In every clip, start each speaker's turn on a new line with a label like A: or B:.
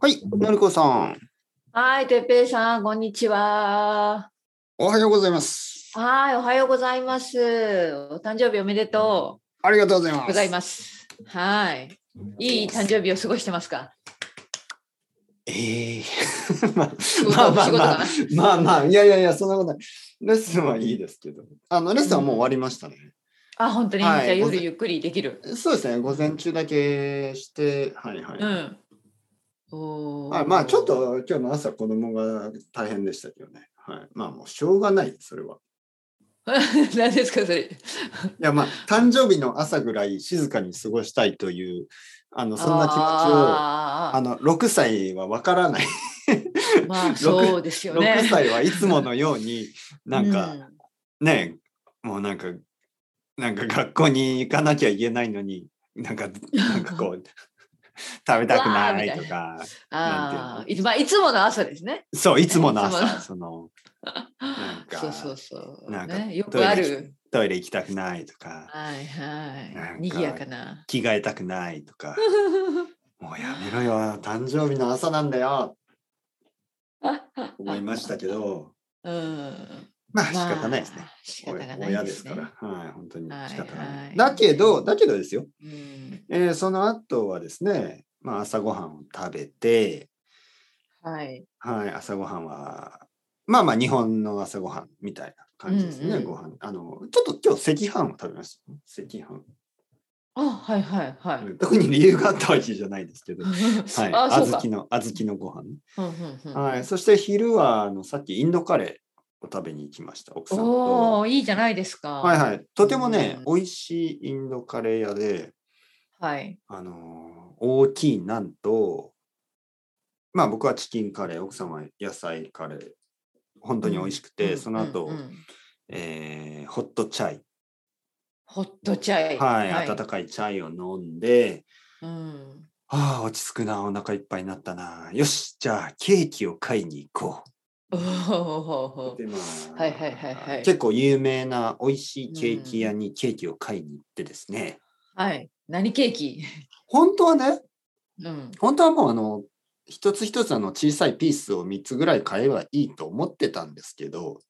A: はい、のりこさん、
B: はい、てっぺいさん、こんにちは。
A: おはようございます。
B: はい、おはようございます。お誕生日おめでと
A: ありがとうございます。
B: うございます。はい。いい誕生日を過ごしてますか。
A: ええ まあ
B: 仕事、
A: まあまあ
B: 仕事かな。
A: まあまあ、いやいやいや、そんなことない。レッスンはいいですけど、あのレッスンはもう終わりましたね。
B: あ、本当に、
A: はい
B: じゃあ夜ゆっくりできる。
A: そうですね、午前中だけして、はいはい。
B: うん。おー
A: はい、まあちょっ。と今日の朝子供が大変でしたけどね。はい、まあもうしょうがない、それは。
B: 何ですか、それ。
A: いやまあ誕生日の朝ぐらい静かに過ごしたいという、あのそんな気持ちを、あ
B: あ
A: の6歳はわからない。
B: ーまあ、そうですよね。
A: 6歳はいつものよう になんか、
B: うん
A: ねもうなんかなんか学校に行かなきゃいけないのになんかなんかこう食べたくないとかな
B: あ
A: ん
B: ーいつまあ、いつもの朝ですね。
A: そういつもの
B: いつも
A: 朝
B: の
A: そのなんか
B: そうそうそう。
A: なんか
B: ね、よくあ
A: トイレ
B: る。
A: トイレ行きたくないとか
B: はい
A: なん
B: は
A: か
B: い。賑やかな。
A: 着替えたくないとかもうやめろよ誕生日の朝なんだよ思 いましたけど
B: うん。
A: まあ仕方ないですね
B: ま。あ。仕方がない
A: 親
B: で
A: ですす
B: ね
A: か。ら、はい、本当に仕方ない。
B: はいはい
A: だけど、だけどですよ、
B: うん。
A: えーその後はですね、まあ、朝ごはんを食べて、
B: はい。
A: はい、朝ごはんは、まあまあ、日本の朝ごはんみたいな感じですね、
B: うんうん
A: ご飯あの、ちょっと今日、赤飯を食べました、ね。赤
B: あ、はいはいはい。
A: 飯。特に理由があったわけじゃないですけど、はい、
B: あ、そう
A: 小
B: か
A: 豆。の、小豆のご飯、
B: うんうんうん
A: はい、そして昼は、あの、さっきインドカレーを食べに行きました、奥さん
B: お
A: と。
B: お、いいじゃないですか。
A: はい
B: は
A: はい、とてもね、
B: う
A: 美味しいインドカレー屋で、
B: い。はい。
A: あのー大きいなんと、まあ僕はチキンカレー、奥様は野菜カレー、本当に美味しくて、
B: うん
A: その後、
B: うんうん
A: えーホットチャイ、
B: ホットチャイ。
A: はい、温かいチャイを飲んで、
B: うん。
A: ああ、落ち着くな、お腹いっぱいになったな。よし、じゃあケーキを買いに行こ
B: お
A: う。
B: お
A: で。まあ
B: はいはいはいはい
A: 結構有名な美味しいケーキ屋にケーキを買いに行ってですね、
B: はい。何ケーキ。
A: 本当はね、
B: うん。
A: 本当はもうあの一つ一つあの小さいピースを3つぐらい買えばいいと思ってたんですけど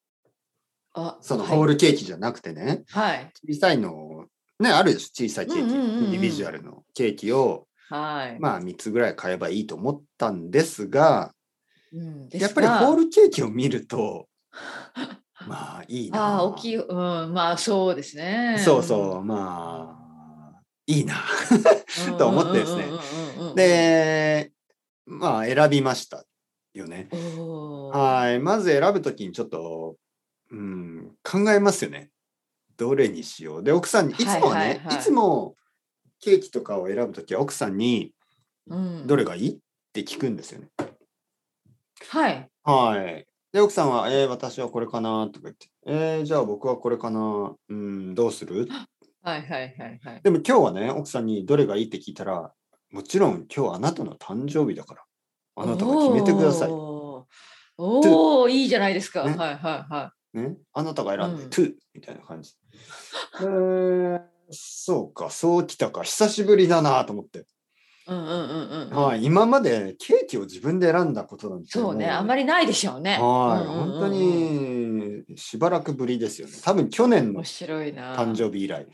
B: あ、
A: その
B: はい
A: ホールケーキじゃなくてね、
B: はい。
A: 小さいのをねあるでしょ小さいケーキ、
B: うんうんうんうん
A: インディビジュアルのケーキを
B: はい。
A: まあ3つぐらい買えばいいと思ったんですが
B: うん
A: やっぱりホー。
B: です
A: ルケーキを見る と
B: が
A: まあいいな
B: ああ、大きい。うん、まあ、そうですね。
A: そうそうまあいいな
B: うん。
A: と思ってですね
B: ね。
A: でまあ選びましたよね
B: は
A: はい、まず選ぶときにちょっと、うん、考えますよね。どれにしよう。で、奥さんに、いつもね、
B: はい
A: い
B: はいはい
A: つもケーキとかを選ぶときは奥さんに、
B: い。うん
A: どれがいいって聞くんですよね。
B: はい。
A: はい。で、奥さんは、えー私はこれかなとか言って、えーじゃあ僕はこれかな、うん、どうする
B: はいはいはいはい。
A: でも今日はね、奥さんにどれがいいって聞いたら、もちろん今日あなたの誕生日だから、あなたが決めてください。
B: おーおー、いいじゃないですか。はい
A: ね
B: はいは
A: ね、あなたが選んで、
B: うん
A: トゥみたいな感じ。えーそうか、そうきたか、久しぶりだなと思って、
B: い。うんうんうんうん。
A: はい。今までケーキを自分で選んだことなんて
B: そうね、あん
A: り
B: まりないでしょうね。
A: はい、
B: うんうんうん
A: 本当。にしばらくぶりですよね。多分去年の
B: 面白いな。
A: 誕生日以来。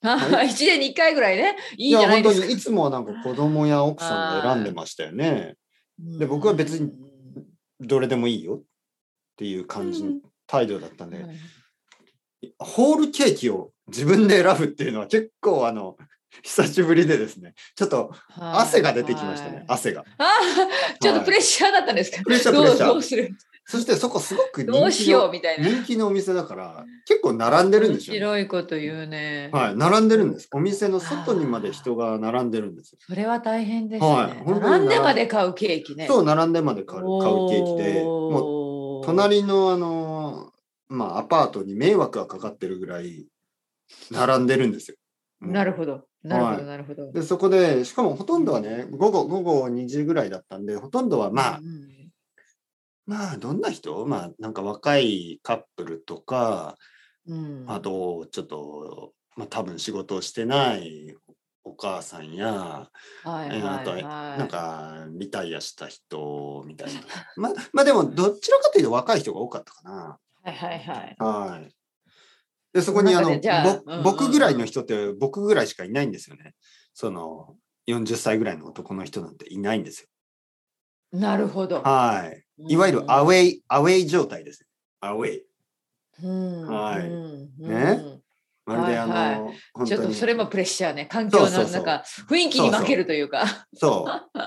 B: 生 一年に一回ぐらいね。いいじゃ
A: や
B: ない
A: 本当
B: ですか
A: に。いつもはなんか子供や奥さんが選んでましたよね。
B: うん
A: で僕は別にどれでもいいよっていう感じの態度だったんで、
B: うん
A: ホールケーキを自分で選ぶっていうのは結構あの久しぶりでですねちょっと汗が出てきましたね、。
B: はい
A: 汗が
B: あーちょっとプレッシャーだったんですか。
A: プレッシャー
B: ど
A: プレ
B: う
A: ッシャー
B: どうする。
A: そしてそこすごく人気の
B: どうしようみたいな。
A: 人気のお店だから結構並んでるんですよ、ね
B: 面白いこと言うね。
A: はい並んでるんですお店の外にまで人が並んでるんですよ
B: それは大変ですね。
A: はい本当に並
B: 並んでまで買うケーキね。
A: そうう並んでまで買う買うケーキでもう
B: も
A: 隣のあのまあアパートに迷惑がかかってるぐらい並んでるんですよもう
B: なるほど。なるほ
A: は
B: ど、
A: い
B: なるほど。
A: でそこでしかもほとんどはね午後午後2時ぐらいだったんでほとんどはまあ
B: うんうん
A: まあどんな人まあなんか若いカップルとか
B: うん、
A: あとちょっと、まあ、多分仕事をしてないお母さんや、
B: はいはい、
A: えーあと
B: はい。
A: なんかリタイアした人み たいな。ままあでもどちらかというと若い人が多かったか
B: はいはいはい。
A: な。はい。でそこにあ
B: そ
A: の
B: の中でじゃあ
A: ぼ
B: うんうんうん
A: 僕ぐらいの人って僕ぐらいしかいないんですよね。その40歳ぐらいの男の人なんていないんですよ。
B: なるほど。
A: はい。いわゆるアウ
B: ェ
A: ェイ、アウェイ状態です。アウェイ。
B: イ。うん
A: はい
B: うん
A: ねまるであの、
B: はいはいうん
A: 本
B: ちょっ
A: 当
B: と
A: に
B: それもプレッシャーね。環境の
A: そうそうそう
B: なんか雰囲気に負けるというか。
A: そう。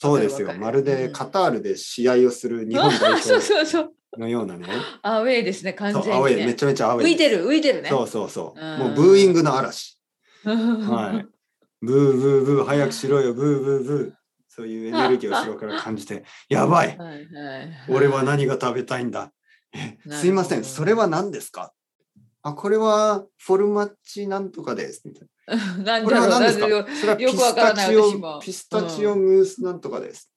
A: そうです
B: わ
A: よ。
B: かる
A: まるでカタールで試合をする日本代
B: そう
A: 表
B: そうそう。
A: のようなね。
B: アウェイですね、完
A: そ
B: 全に、
A: う、
B: ね。
A: アウェイ、めちゃめちゃアウェイ。
B: 浮いてる、浮いてるね。
A: そう そうそう。
B: うん
A: もうブーイングの嵐。は。
B: はい
A: ブーブーブー、早くしろよ、ブーブーブー。そういうエネルギーを後ろから感じ て、やばい
B: い。はい。
A: 俺 は何が食べたいんだ。え
B: ほど
A: すいません、それは何ですかあ、これはフォルマッチなんとかです。みたいな
B: 何
A: これ
B: だろ
A: は
B: う、
A: 何ですか
B: なんだろう
A: それは
B: よ
A: ピ
B: くわ
A: ス
B: から
A: タ
B: ない
A: チ
B: 私も
A: オ、ピスタチオムースなんとかです。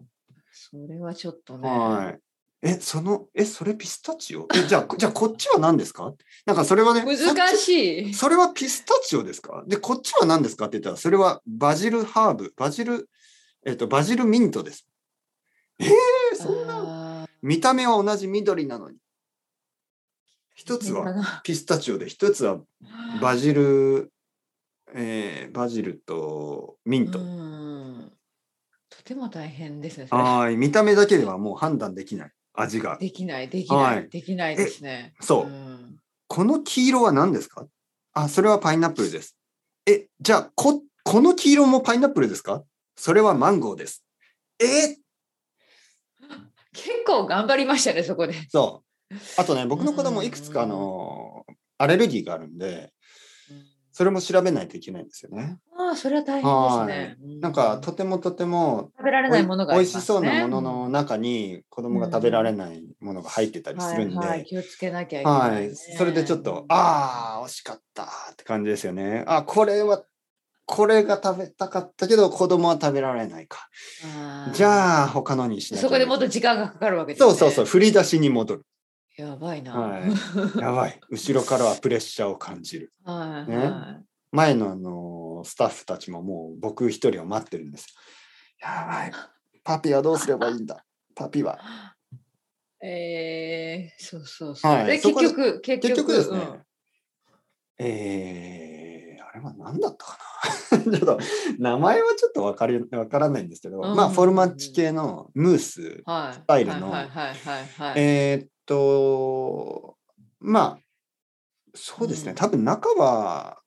B: それはちょっとね。
A: はい。え、その、え、それピスタチオえ、じゃあ、こじゃあこっちは何ですかなんかそれはね、
B: 難
A: い。
B: しい。
A: それはピスタチオですかで、こっちは何ですかって言ったら、それはバジルハーブ、バジル、えっ、と、バジルミントです。えー、そんな。
B: あー
A: 見た目は同じ緑なのに。一つはピスタチオで、一つはバジル、えーバジルとミント。
B: うんとても大変ですね。それ
A: はい。見た目だけではもう判断できない。味が。
B: できない、できない、
A: はい
B: できないですね。
A: そう。
B: ん
A: この黄色は何ですかあ、それはパイナップルです。え、じゃあ、こ、この黄色もパイナップルですかそれはマンゴーです。え
B: 結構頑張りましたね、そこで。
A: そう。あとね、僕の子供いくつか、あ
B: うん
A: の、アレルギーがあるんで、それも調べないといけないんですよね。
B: ああ、それは大変ですね。う
A: なんか、とてもとても、
B: 食べられ
A: お
B: ないものがあ
A: 美
B: り
A: 味
B: ます、ね、
A: しそうなものの中に、子供が食べられないものが入ってたりするん
B: はいはい、
A: で、
B: 気をつけなきゃいけない、
A: は
B: ね
A: い。それでちょっと、ああ、惜しかったって感じですよね。あ、これは、これが食べたかったけど、子供は食べられないか。
B: あー
A: じゃあ、他のにしなきゃ
B: そこでもっと時間がかかるわけです、
A: そ
B: ね。
A: うそうそう、振り出しに戻る。
B: やばいな。
A: は
B: はい
A: やばい。後ろからはプレッシャーを感じる。
B: はい、
A: ね前のあのスタッフたちももう僕一人を待ってるんです。やばい。パピはどうすればいいんだ。パピは。
B: えー、そうそうそう。
A: はい
B: で
A: そ
B: 結
A: こで
B: 局、結局
A: 結局ですね。
B: うん
A: えーあれは何だったかな ちょっと名前はちょっとわかりわからないんですけど、
B: うん
A: まあフォルマッチ系のムース、
B: はい、ス
A: タイルの
B: はいはいはいはい、はい
A: えーっとまあそうですね、
B: うん
A: 多分中は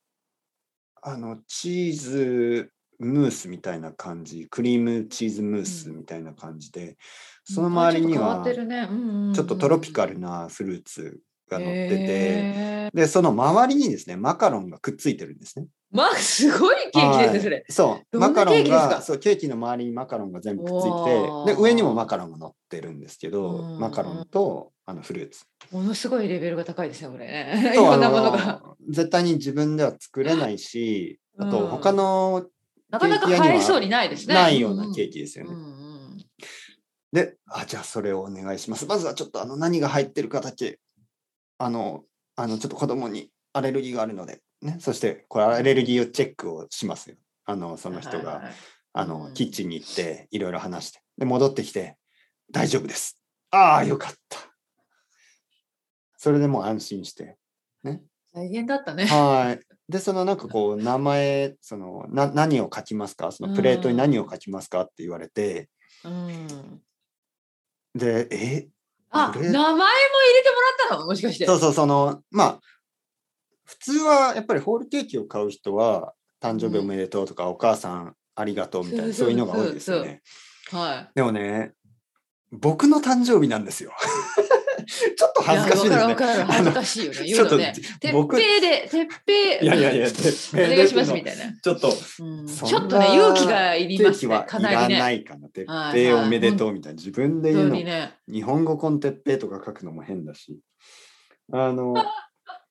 A: あのチーズムースみたいな感じクリームチーズムースみたいな感じで、その周りに
B: あ
A: は
B: ちょっと変わってるねうんうんうん
A: ちょっとトロピカルなフルーツが乗ってて、
B: へ
A: でその周りにですねマカロンがくっついてるんですね。
B: ーまあ、すごいケーキ
A: は
B: ですね、
A: い
B: それ。
A: そう
B: ど
A: マ
B: んな
A: カ
B: ケ
A: ロ
B: ーキ
A: ン
B: ですか
A: がそうケーキの周りにマカロンが全部くっつ
B: お
A: いてで
B: ー
A: 上にもマカロンが乗ってるんですけど、
B: うん
A: マカロンとあのフルーツ。
B: ものすごいレベルが高いですね、こ れね。い
A: と
B: ろ
A: あ
B: んなものが。
A: の絶対に自分では作れないし、あ
B: う
A: と
B: ん
A: 他の
B: なかなか
A: ケーキ屋には
B: 入りそうにないですね。
A: ないようなケー
B: キ
A: キですよね。
B: うん
A: であじゃあそれをお願いします。まずはちょっとあの何が入ってるかだけあのあのちょっと子供にアレルギーがあるので、ね、そしてこれアレルギーをチェックをしますよあのその人が。
B: はいはいはい
A: あの、
B: うん
A: キッチンに行っていろいろ話してで戻ってきて「大丈夫です」ああよかったそれでもう安心して
B: 大変だったね。
A: はいでそのなんかこう名前そのな何を書きますかそのプレートに何を書きますかって言われて、
B: うん
A: でえ
B: あ、
A: こ
B: 名
A: れ
B: 前も入れてもらったのもしかして。
A: そうそうそのまあ普通はやっぱりホールケーキを買う人は誕生日おめでとうとか、お母さんありがとうみたいなそ
B: そ
A: う
B: そう
A: ういうのが多いですよ
B: そう
A: ね。
B: は
A: でもね、僕の誕生日なんですよ。 ちょっと
B: い。
A: 恥ずかしいです
B: やわ
A: ね。
B: かるわかる。恥ずかしいよね。
A: ち
B: 言
A: ょ
B: う
A: っと
B: のね。てっ
A: 僕、い
B: ぺいで、てっぺい。
A: やいやいや、
B: お願いします
A: で
B: みたいな。
A: ちょっと、
B: うんち
A: そんな
B: ょっとね、勇気がいりま
A: 勇
B: す
A: 気
B: ね
A: は。
B: か
A: い
B: な
A: ら
B: り
A: な
B: ね。
A: いかな。てっ
B: はい
A: ぺいおめでとうみたいな。自分で言う
B: 本当
A: の
B: に。ね。
A: 日本語コンテッペイとか書くのも変だし。あ の、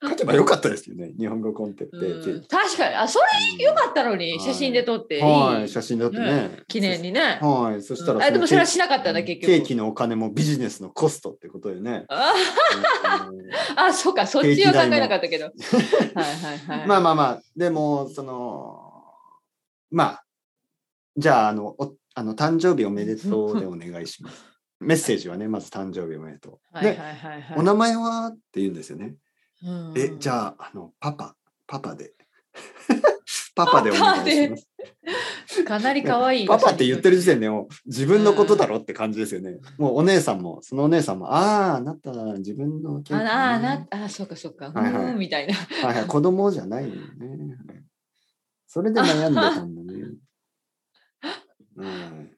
A: 書けばよかったですよね。日本語コンテッペイって
B: うん確かに。あ、それ
A: うん
B: よかったのに、
A: はい
B: 写真で撮っていい。
A: はい、写真だってね。
B: 記念にね。
A: はい、そしたらの
B: あ、でもそれはしなかったね、
A: ケー
B: 結
A: キ
B: 局。。
A: ケーキのお金もビジネスのコストってことでね
B: ああ、そうか、そっちは考えなかったけど。はいはいはい。
A: まあまあまあ、でも、その、まあ、じゃあ、あの、おあの誕生日おめでとうでお願いし ます。メッセージはね、まず誕生日おめでとう。
B: はい
A: で、
B: はいはいはい。
A: お名前はって言うんですよね。え、じ
B: あ。
A: ゃあ、あの、パパ、パパで。 パパでお願いします。
B: かなり可愛い。
A: パパって言ってる時点でもう自分のことだろって感じですよね。もうお姉さんも、そのお姉さんも、ああ、あなた自分の結
B: あ
A: 構ね
B: あ、な、あ、そうか、そうか、う
A: はいはい
B: ーん、みたいな。
A: はいはい、子供じゃないのね。それで悩んでたんだね。 う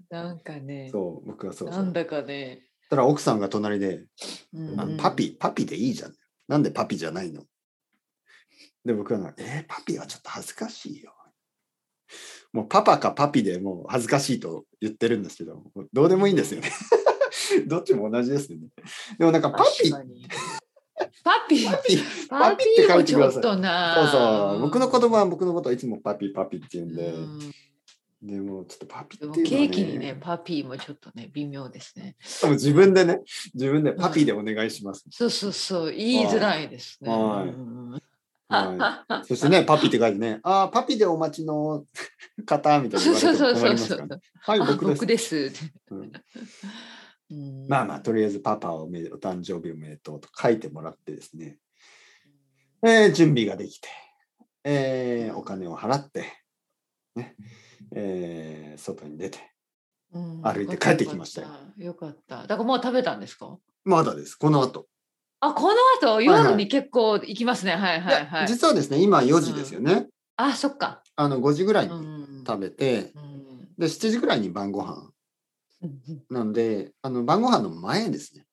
B: なんか
A: ん、
B: ね。
A: そう、僕はそうそ
B: な
A: う。
B: ん
A: そし
B: だかね。
A: たら奥さんが隣で、
B: うん
A: あパ。ピ、パピでいいじゃん。なんでパピじゃないので、僕はな、えーパピはちょっと恥ずかしいよ。もうパパかパピでもう恥ずかしいと言ってるんですけど、どうでもいいんですよ ね。どっちも同じですよね。でもなんかパピ、
B: 確かに。パピ。
A: パピ、
B: パ
A: パ
B: ピ
A: ピって書
B: も
A: いて
B: ち
A: く
B: ょ
A: だ
B: っ
A: さい。
B: とな。
A: そうそう。僕の子供は僕のことをいつもパピパピって言うんで、
B: うん
A: でもちょっとパピって
B: で
A: いうの
B: も
A: は、
B: ケ
A: ね、
B: ーキにね、パピーもちょっとね、微妙ですね。
A: 多分自分でね、自分でパピでお願いし ます。
B: そうそうそう、言いづらいですね。
A: はい
B: うん
A: はいそしてね、パピって書いてね、ああ、パピでお待ちの方みたいな
B: そう
A: 言わ
B: そう
A: れた
B: そ
A: ら困りますから
B: うそうそ
A: ね
B: う。
A: はい、
B: あ
A: 僕です。
B: 僕です。
A: うん
B: うん
A: まあまあ、とりあえずパパおめでお誕生日おめでとうと書いてもらってですね、えー準備ができて、えーお金を払って、ねえー外に出て、
B: うん
A: 歩いて帰ってきましたよ。
B: よかった。よかっただからもう食べたんですか
A: まだです、この後
B: あ、この後、
A: いはい
B: 夜に結構行きますね。は
A: い
B: い
A: や
B: はいはい。
A: 実はですね今4時ですよね、
B: あ、そっか。
A: あの5時ぐら
B: う
A: いに
B: ん
A: 食べて、
B: うん
A: で7時ぐらいに晩ご飯
B: うん
A: なんであの晩ご飯の前ですね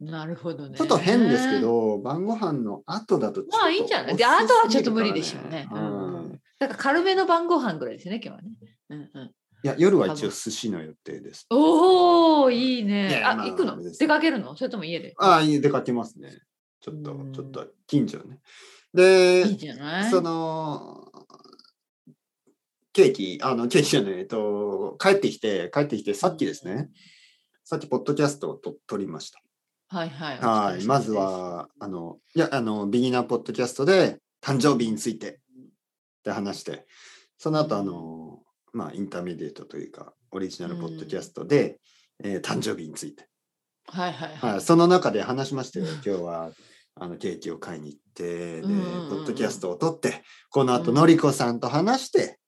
B: なるほどね。
A: ちょっと変ですけ。ど、晩ご飯の後だとちょっと
B: まあいいんじゃないで
A: 遅すぎる
B: 後はちょっと
A: から
B: 無理でしょうねうん
A: はい
B: だから軽めの晩ご飯ぐらいですね、今日はね。うんうん、
A: いや夜は一応寿司の予定です
B: おお、いい
A: い
B: ね。
A: や
B: あ、
A: まあ
B: 行く
A: あ
B: の
A: れです
B: 出かけるのそれとも家で
A: ああいい出かけますねちょっと
B: うん
A: ちょっと近所ねで
B: いいじゃない
A: そのケーキあのケーキじゃないえっと帰ってきて帰ってきてさっきですねさっきポッドキャストをと撮りました
B: はいはい。
A: は
B: お疲れ様で
A: い、
B: す
A: まず。は、あの、いや、あの、ビギナーポッドキャストで誕生日についてって話して、その後、あの、まあ、インターメディエートというか、オリジナルポッドキャストで、えー誕生日について、
B: はいはいはい。
A: はい、その中で話しましたよ。今日は、あの、ケーキを買いに行って、で、ポ
B: うんうんうん
A: ッドキャストを撮って、この後、
B: うん
A: のりこさんと話して、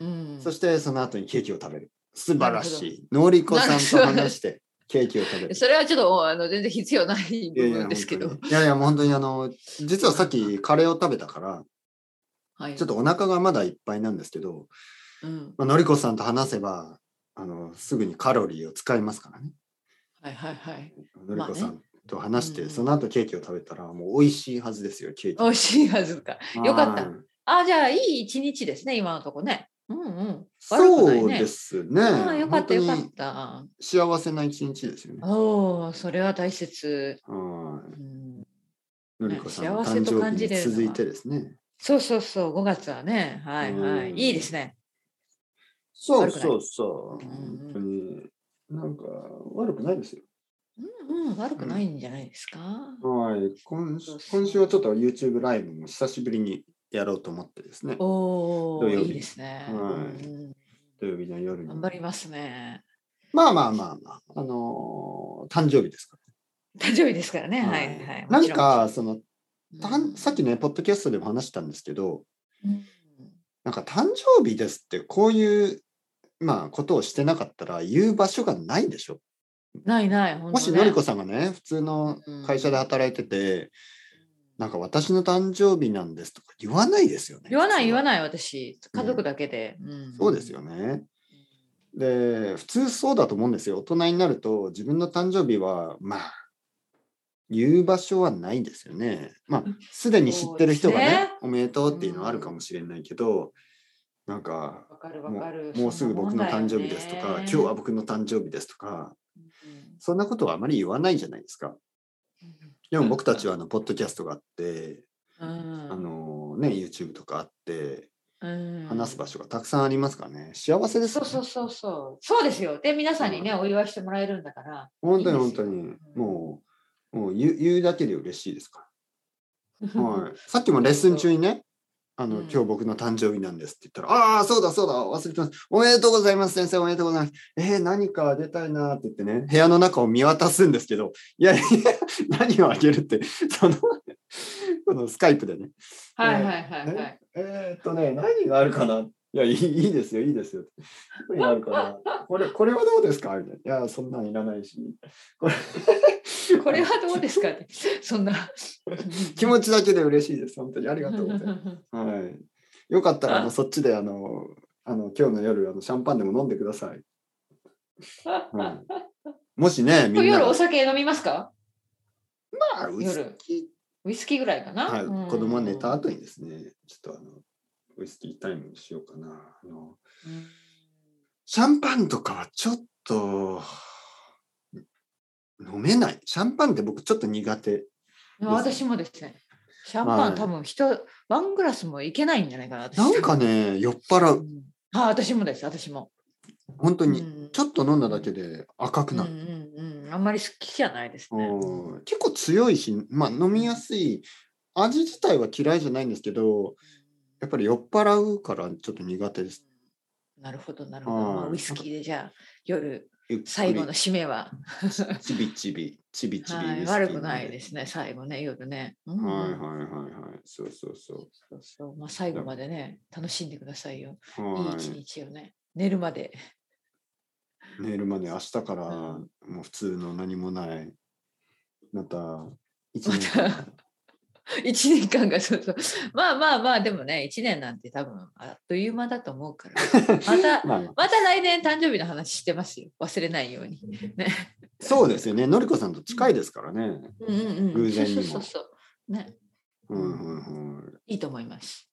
B: うん、
A: そしてその後にケーキを食べる。素晴らし。
B: ない
A: のりこさんと話 して、ケーキを食べる。
B: それはちょっとあの全然必要ない部分 ですけど。
A: 本当にいやいや、もう本当にあの、実はさっきカレーを食べたから、
B: はい
A: ちょっとお腹がまだいっぱいなんですけど、
B: うん
A: まあ、のりこさんと話せば、あの、すぐにカロリーを使いますからね。
B: はいはいはい。
A: のりこさんと話して、
B: うん
A: その後ケーキを食べたら、もう美味しいはずですよ、ケーキ。
B: 美味しいはずか。よかった
A: はい。
B: あ、じゃあいい一日ですね、今のとこね。うんうん。
A: そうですね。
B: ああ、よかったよか
A: 本
B: っ
A: 当
B: た。
A: に幸せな一日ですよね。
B: おお、それは大切。
A: は
B: う
A: い
B: ん
A: のりこさんの
B: 幸せ
A: 誕
B: と
A: 生
B: 感
A: 日
B: じれ
A: に
B: るのは
A: 続いてですね。
B: そうそうそう、5月はね。はいはい。
A: うん
B: いいですね。
A: そう
B: 悪くない
A: そうそう。
B: うん
A: 本当に、なんか悪くないですよ。
B: うんうん、悪くないんじゃないですか。
A: はい、今週
B: そうそう
A: 今週はちょっと YouTube ライブも久しぶりにやろうと思ってですね、
B: おお、
A: 土曜日
B: いいですね。
A: はい
B: うん
A: 土曜日の夜に。
B: 頑張りますね。
A: まあまあまあまあ、あのー誕生日ですか
B: 誕生日ですからね。
A: ら。
B: はいはい。
A: な
B: も
A: ん
B: ちろ
A: か、その、
B: ん、
A: たんさっきね、ポッドキャストでも話したんですけど、
B: うん、
A: なんか誕生日ですって、こういう、まあ、ことをしてなかったら言う場所がないでしょ。
B: ないない、本当
A: もし、
B: ね
A: のりこさんがね、普通の会社で働いてて、なんか私の誕生日なんですとか言わないですよね。
B: 言わない言わ
A: ない。
B: ない私家族だけで、うん
A: そうですよね。で普通そうだと思うんですよ大人になると自分の誕生日はまあ言う場所はないんですよねまあすでに知ってる人がね
B: そうですね
A: おめでとうっていうのはあるかもしれないけど、なんか
B: わかるわ
A: も
B: かる
A: うもうすぐ僕の誕生日ですとか、今日は僕
B: 僕、
A: の誕生日ですとか
B: うん
A: そんなことはあまり言わないじゃないですかでも僕たちはあのポッドキャストがあって、
B: うん
A: あのね YouTube とかあって
B: うん
A: 話す場所がたくさんありますからね幸せです
B: そ
A: よ
B: う
A: ね、
B: そうそうそうそうですよで皆さんにねお祝いしてもらえるんだから
A: 本当に本
B: いいです
A: 当
B: よ
A: に
B: うん
A: もうもう言う言うだけで嬉しいですから、はい、さっきもレッスン中にねあの、
B: うん
A: 今日僕の誕生日なんですって言ったら、ああ、そうだそうだ、忘れてます。おめでとうございます、先生、おめでとうございます。えー、何か出たいなって言ってね、部屋の中を見渡すんですけど、いやいや、何をあげるって、その、 このスカイプでね、
B: はいはいはいはい
A: ね。えーっとね、何があるかないやいい、いいですよ、いいです よ。何があるかなこれ、これはどうですかみたいな。いや、そんなんいらないし。これ、
B: これはどうですかね。 そんな。
A: 気持ちだけで嬉しいです。本当にありがとうございます。
B: は
A: はい。よかったら、あの、
B: あ
A: そっちで、あの、あの、今日の夜、あの、シャンパンでも飲んでください。 はい、もしね、みんな
B: 夜
A: が、
B: お酒飲みますか
A: まあウイスキ
B: ウイスキーぐらいかな、
A: ー、はい、
B: うん
A: 子供は寝た後にですね、ちょっとあの、ウイスキータイムしようかな。あの、
B: うん
A: シャンパンとかはちょっと、飲めない。シャンパンって僕ちょっと苦手。
B: いや私もですねシャン
A: は
B: パ
A: い
B: ン多分人ワングラスもいけないんじゃないかな私
A: なんかね、酔っ払
B: う
A: う。
B: んあ私もです私も
A: 本当に、
B: うん
A: ちょっと飲んだだけで赤くなる。
B: うんうんうん、あんまり好きじゃないですね。
A: うん結構強いし、まあ、飲みやすい味自体は嫌いじゃないんですけどやっぱり酔っ払うからちょっと苦手です。
B: なるほど、なるほど。まあ
A: はい
B: ウイスキーでじゃあ、夜、
A: ゆっくり
B: 最後の締めは、
A: ちびちびちびちび
B: は
A: ウイ
B: い、
A: スキー
B: 悪
A: 飲ん
B: くないですね、最後ね、夜ね。うんうん
A: はいはいはいはいそうそうそ
B: そうそうまあ、最後までね、楽しんでくださいよ。
A: う
B: いい
A: は
B: 一
A: い
B: 日をね、寝るまで。
A: 寝るまで明日から
B: う
A: もう普通の何もないまた一
B: ま
A: 年間
B: た一年間がそうそう。まあまあまあ、でもね、一年なんて多分あっという間だと思うから。ま た、
A: まあ
B: また来年誕生日の話してますよ。忘れないように。
A: そうですよねのりこさんと近いですからね。
B: うんうんうん。
A: 偶然にも
B: そうそうそうそう。ね、
A: うんうんうん
B: いいと思います。